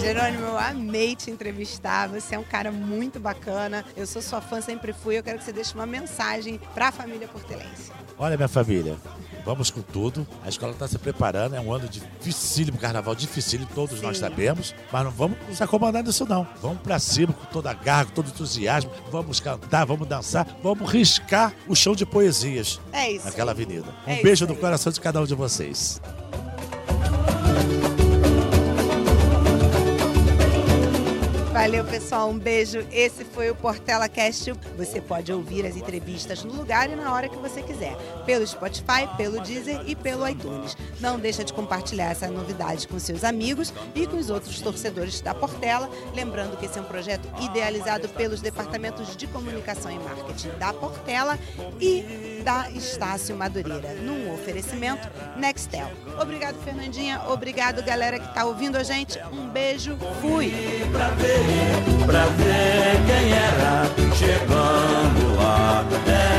[SPEAKER 1] Jerônimo, eu amei te entrevistar. Você é um cara muito bacana. Eu sou sua fã, sempre fui. Eu quero que você deixe uma mensagem para a família portelense.
[SPEAKER 3] Olha, minha família, vamos com tudo. A escola está se preparando, é um ano dificílimo, carnaval dificílimo, todos nós
[SPEAKER 1] Sim.
[SPEAKER 3] sabemos. Mas não vamos nos acomodar nisso, não. Vamos para cima com toda a garra, com todo entusiasmo. Vamos cantar, vamos dançar, vamos riscar o chão de poesias
[SPEAKER 1] É isso.
[SPEAKER 3] naquela avenida. Um
[SPEAKER 1] É
[SPEAKER 3] beijo
[SPEAKER 1] isso
[SPEAKER 3] no
[SPEAKER 1] aí.
[SPEAKER 3] coração de cada um de vocês.
[SPEAKER 1] Valeu, pessoal. Um beijo. Esse foi o Portela Cast. Você pode ouvir as entrevistas no lugar e na hora que você quiser, pelo Spotify, pelo Deezer e pelo iTunes. Não deixa de compartilhar essa novidade com seus amigos e com os outros torcedores da Portela. Lembrando que esse é um projeto idealizado pelos departamentos de comunicação e marketing da Portela e da Estácio Madureira, num oferecimento Nextel. Obrigado, Fernandinha. Obrigado, galera que está ouvindo a gente. Um beijo. Fui.
[SPEAKER 2] pra ver, pra ver quem era chegando lá. É.